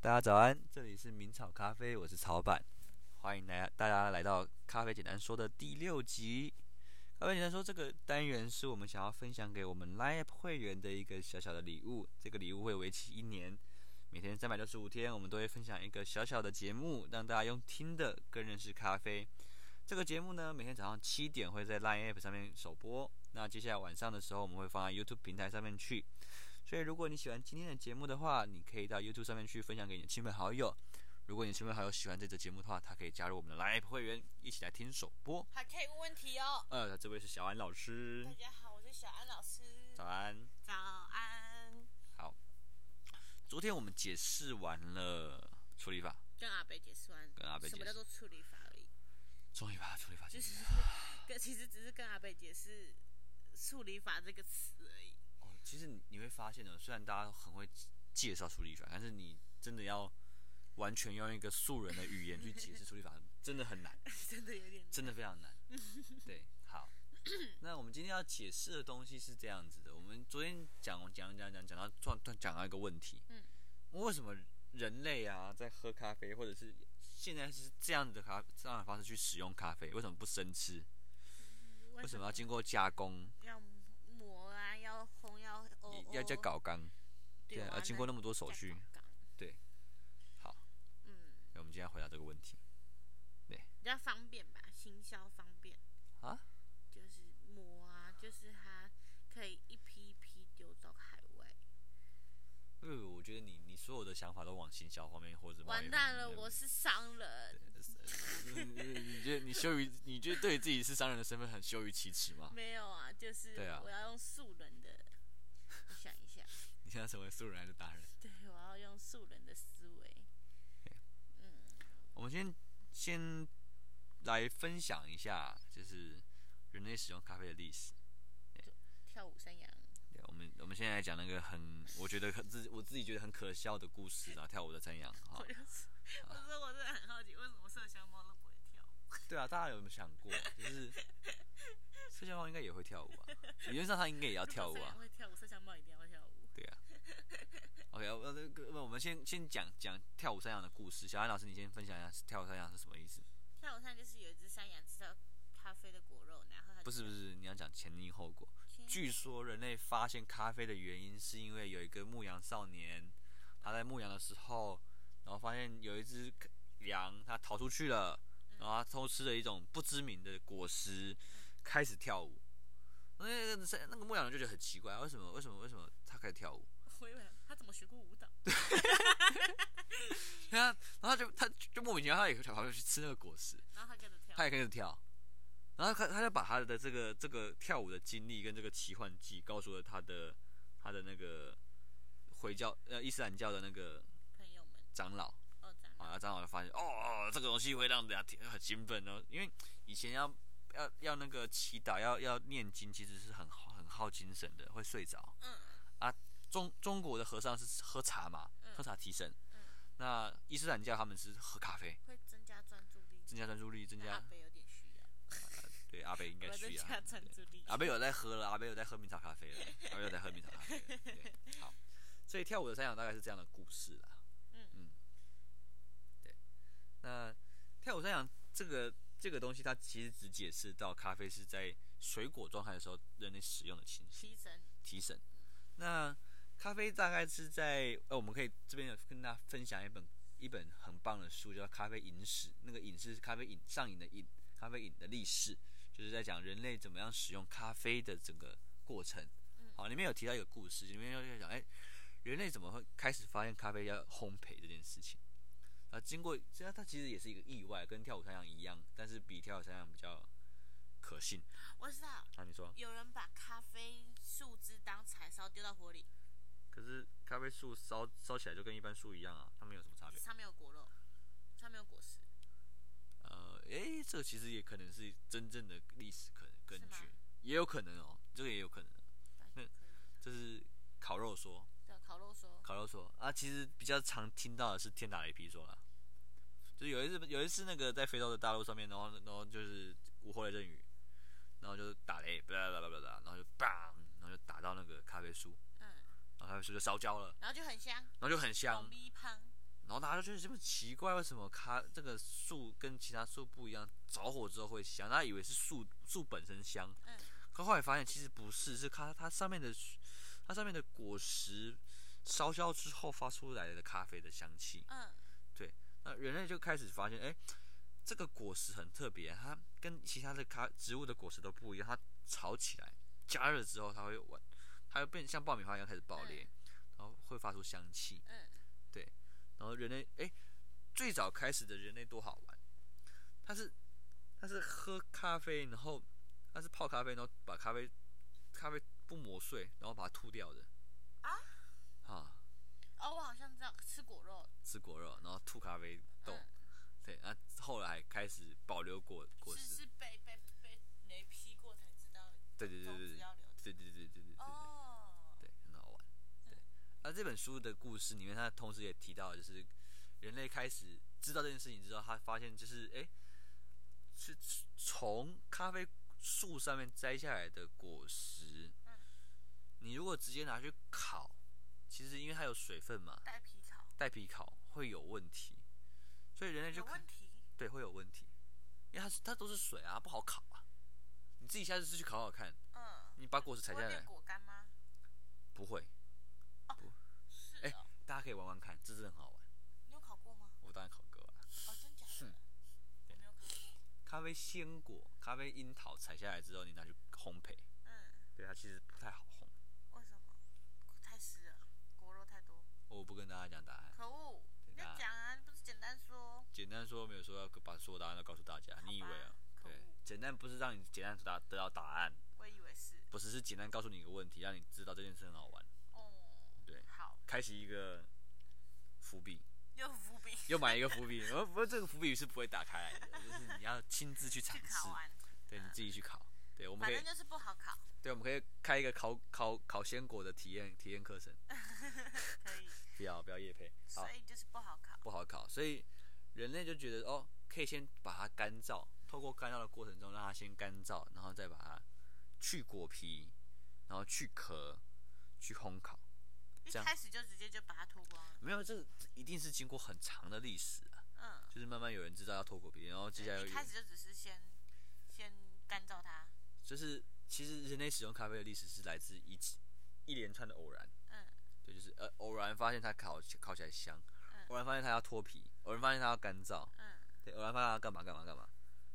大家早安，这里是明草咖啡，我是草板，欢迎来大家来到咖啡简单说的第六集。咖啡简单说这个单元是我们想要分享给我们 Live 会员的一个小小的礼物，这个礼物会为期一年，每天三百六十五天，我们都会分享一个小小的节目，让大家用听的更认识咖啡。这个节目呢，每天早上七点会在 Line App 上面首播，那接下来晚上的时候我们会放在 YouTube 平台上面去。所以如果你喜欢今天的节目的话，你可以到 YouTube 上面去分享给你的亲朋好友。如果你的亲朋好友喜欢这则节目的话，他可以加入我们的 Live 会员，一起来听首播。还可以问问题哦。呃，这位是小安老师大，家好，我是小安老师。嗯早安。早安，昨天我们解释完了处理法，跟阿北解释完，跟阿北什解么叫释，做处理法而已，终于把它处理法解就释。是跟其实只是跟阿北解释处理法这个词而已。 哦，其实你你会发现呢，哦虽然大家很会介绍处理法，但是你真的要完全用一个素人的语言去解释处理法，真的很难，真的有点真的非 常难。对，好，那我们今天要解释的东西是这样子的。我们昨天讲讲讲讲讲到突然突然讲到一个问题，嗯，为什么人类啊在喝咖啡，或者是现在是这样子的咖这样的方式去使用咖啡，为什么不生吃？为什么要经过加工，要磨啊，要烘，要哦也要加搞缸？对啊，啊，要经过那么么多手续。好，嗯，那我们今天要回答这个问题比较方便吧，行销方便，啊。就是磨啊，就是它可以一批一批丢到海外。因为我觉得你你所有的想法都往行销方面或者贸易完方蛋面了，我是商人。你你你觉得你羞于，你觉得对自己是商人的身份很羞于启齿吗？没有啊，就是对啊我要用素人的，我想一 下，你现在成为素人还是达人？对，我要用素人的思维。嗯，我们先先来分享一下，就是人类使用咖啡的历史。跳舞山羊，对，我们我们现在来讲那个很，我觉得很自我自己觉得很可笑的故事啊，跳舞的山羊 哈我。就是，我说我真的很好奇，为什么麝香猫都不会跳？对啊，大家有没有想过，就是 摄像猫应该也会跳舞啊，理论上它应该也要跳舞如果山啊羊。会跳舞，麝香猫一定要跳舞。对啊。OK，我呃那个我们先先讲讲跳舞三羊的故事。小安老师，你先分享一下跳舞三羊是什么意思？跳舞山就是有一只山羊吃到咖啡的果肉，然后它就不是不是，你要讲前因后果。天据说人类发现咖啡的原因是因为有一个牧羊少年，他在牧羊的时候，然后发现有一只羊，它逃出去了，然后它偷吃了一种不知名的果实，开始跳舞。那个那个牧羊人就觉得很奇怪，为什么为什么为什么他开始跳舞？我以为它怎么学过舞蹈？对啊，然后他就他就莫名其妙，他也跑过去吃那个果实，然后它跟着跳他，也跟着跳，然后他他就把他的这个这个跳舞的经历跟这个奇幻记告诉了他的他的那个回教呃伊斯兰教的那个朋友们，长老哦，长啊，大那长老就发现哦哦，这个东西会让人家很兴奋哦，因为以前要要要那个祈祷要要念经，其实是很耗很耗精神的，会睡着。嗯中中国的和尚是喝茶嘛，嗯喝茶提神嗯。那伊斯兰教他们是喝咖啡，会增加专注力，增加专注力，增但加阿北有点需要，对阿北应该啊我增需要。加专注力。阿贝有在喝了，阿贝有在喝明茶咖啡了，阿贝有在喝明茶咖啡了。对，好，所以跳舞的三羊大概是这样的故事啦。嗯对。那跳舞三羊这个这个东西，它其实只解释到咖啡是在水果状态的时候人类使用的情绪提神提神。那咖啡大概是在呃，我们可以这边有跟大家分享一本一本很棒的书，叫《咖啡饮史》，那个饮是咖啡饮上瘾的瘾，咖啡瘾的历史，就是在讲人类怎么样使用咖啡的整个过程。好，里面有提到一个故事，里面就在讲，哎、人类怎么会开始发现咖啡要烘焙这件事情？啊，经过，其实它其实也是一个意外，跟跳舞三样一样，但是比跳舞三样比较可信。我知道，啊，你说？有人把咖啡树枝当柴烧丢到火里，可是咖啡树烧烧起来就跟一般树一样啊，它没有什么差别。上面有果肉，上面有果实，呃，诶，这个其实也可能是真正的历史可能根是吗据，也有可能哦，这个也有可能。对，可以这是烤肉说，对，烤肉说，烤肉说啊，其实比较常听到的是天打雷劈说啦，就是有一次有一次那个在非洲的大陆上面，然后然后就是午后雷阵雨，然后就打雷，巴拉巴拉巴拉巴拉，然后就 bang，然后就打到那个咖啡树，嗯，然后咖啡树就烧焦了，然后就很香，然后就很香红，咪香，然后大家就觉得这么奇怪，为什么咖这个树跟其他树不一样，着火之后会香？大家以为是树树本身香，嗯可后来发现其实不是，是咖它上面的它上面的果实烧焦之后发出来的咖啡的香气。嗯那人类就开始发现，哎，这个果实很特别，它跟其他的咖植物的果实都不一样，它炒起来加热之后，它会完，它会变像爆米花一样开始爆裂，然后会发出香气。嗯然后人类哎，最早开始的人类多好玩，他是他是喝咖啡，然后他是泡咖啡，然后把咖啡咖啡不磨碎，然后把它吐掉的啊啊，哦，我好像知道吃果肉，吃果肉，然后吐咖啡豆，嗯对，那、后来开始保留果果是实，是被被被雷劈过才知道对对对种对子对要留着。对对对对对对对。哦，对，很好玩。对嗯，那、这本书的故事里面，它同时也提到，就是人类开始知道这件事情之后，他发现就是哎，诶是从咖啡树上面摘下来的果实，嗯你如果直接拿去烤，其实因为它有水分嘛，带皮草带皮烤会有问题，所以人类就有看问题，对会有问题，因为它是它都是水啊，不好烤啊。你自己下次去烤烤看，嗯，你把果实采不下会来变，果干吗？不会，是哎哦，大家可以玩玩看，这真的很好玩。你有烤过吗？我当然烤过啊。哦，真假的哼，我没有烤过。咖啡鲜果、咖啡樱桃采下来之后，你拿去烘焙，嗯，对它其实不太好烘。为什么？太湿了，果肉太多，我不跟大家讲答案，可恶！你要讲啊，你不是简单说？简单说没有说要把所有答案都告诉大家好，吧你以为啊？可对恶，简单不是让你简单得到得到答案，我以为是不是是简单告诉你一个问题，让你知道这件事很好玩，哦，对好，开启一个伏笔，又伏 笔，又埋一个伏笔。而不过这个伏笔是不会打开来的，就是你要亲自去尝去试烤，完，对，你自己去烤。对，我们反可以正就是不好烤，对，我们可以开一个烤烤烤鲜果的体验体验课程。可以，不要不要夜配，好所。以就是不好烤，不好烤，所以人类就觉得哦，可以先把它干燥，透过干燥的过程中，让它先干燥，然后再把它去果皮，然后去壳，去烘烤。一这样开始就直接就把它脱光了，没有，这这一定是经过很长的历史啊，嗯，就是慢慢有人知道要脱果皮，然后接下来有一开始就只是先先干燥它，就是其实人类使用咖啡的历史是来自一起一连串的偶然，嗯对，就是呃偶然发现它烤起烤起来香，嗯偶然发现它要脱皮，偶然发现它要干燥，嗯，对，偶然发现它要干嘛干嘛干嘛，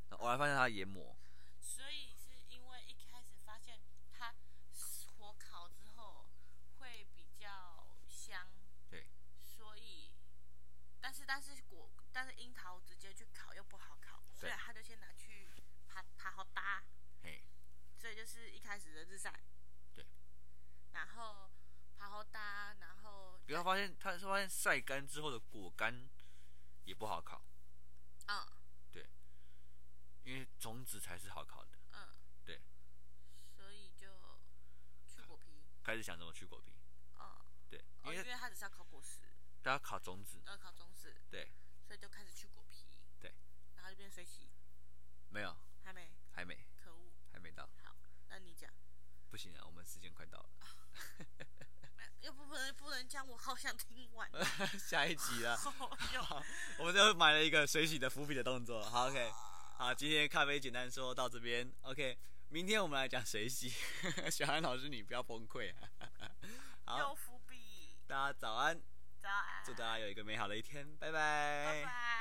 然后偶然发现它要研磨，所以是因为一开始发现它火烤之后会比较香，对，所以但是但是果但是樱桃直接去烤又不好烤，所对以他就先拿去爬爬好搭，嘿，所以就是一开始的日晒，对，然后爬好搭，然后不要发现，他是发现晒干之后的果干也不好烤，嗯因为种子才是好烤的。嗯对，所以就去果皮，开始想怎么去果皮，嗯，对，因哦，因为为它只是要烤果实，大家烤种子，要烤种子，对，所以就开始去果皮，对，然后就变水洗，没有，还没，还没，可恶，还没到，好，那你讲，不行啊，我们时间快到 了，哎又不能不能讲，我好想听 完，下一集 了。又好，我们就埋了一个水洗的伏笔的动作。好，OK，好，今天咖啡简单说到这边，OK，明天我们来讲水洗。 小安老师，你不要崩溃啊！又好，伏笔，大家早安，早安，祝大家有一个美好的一天，拜拜拜。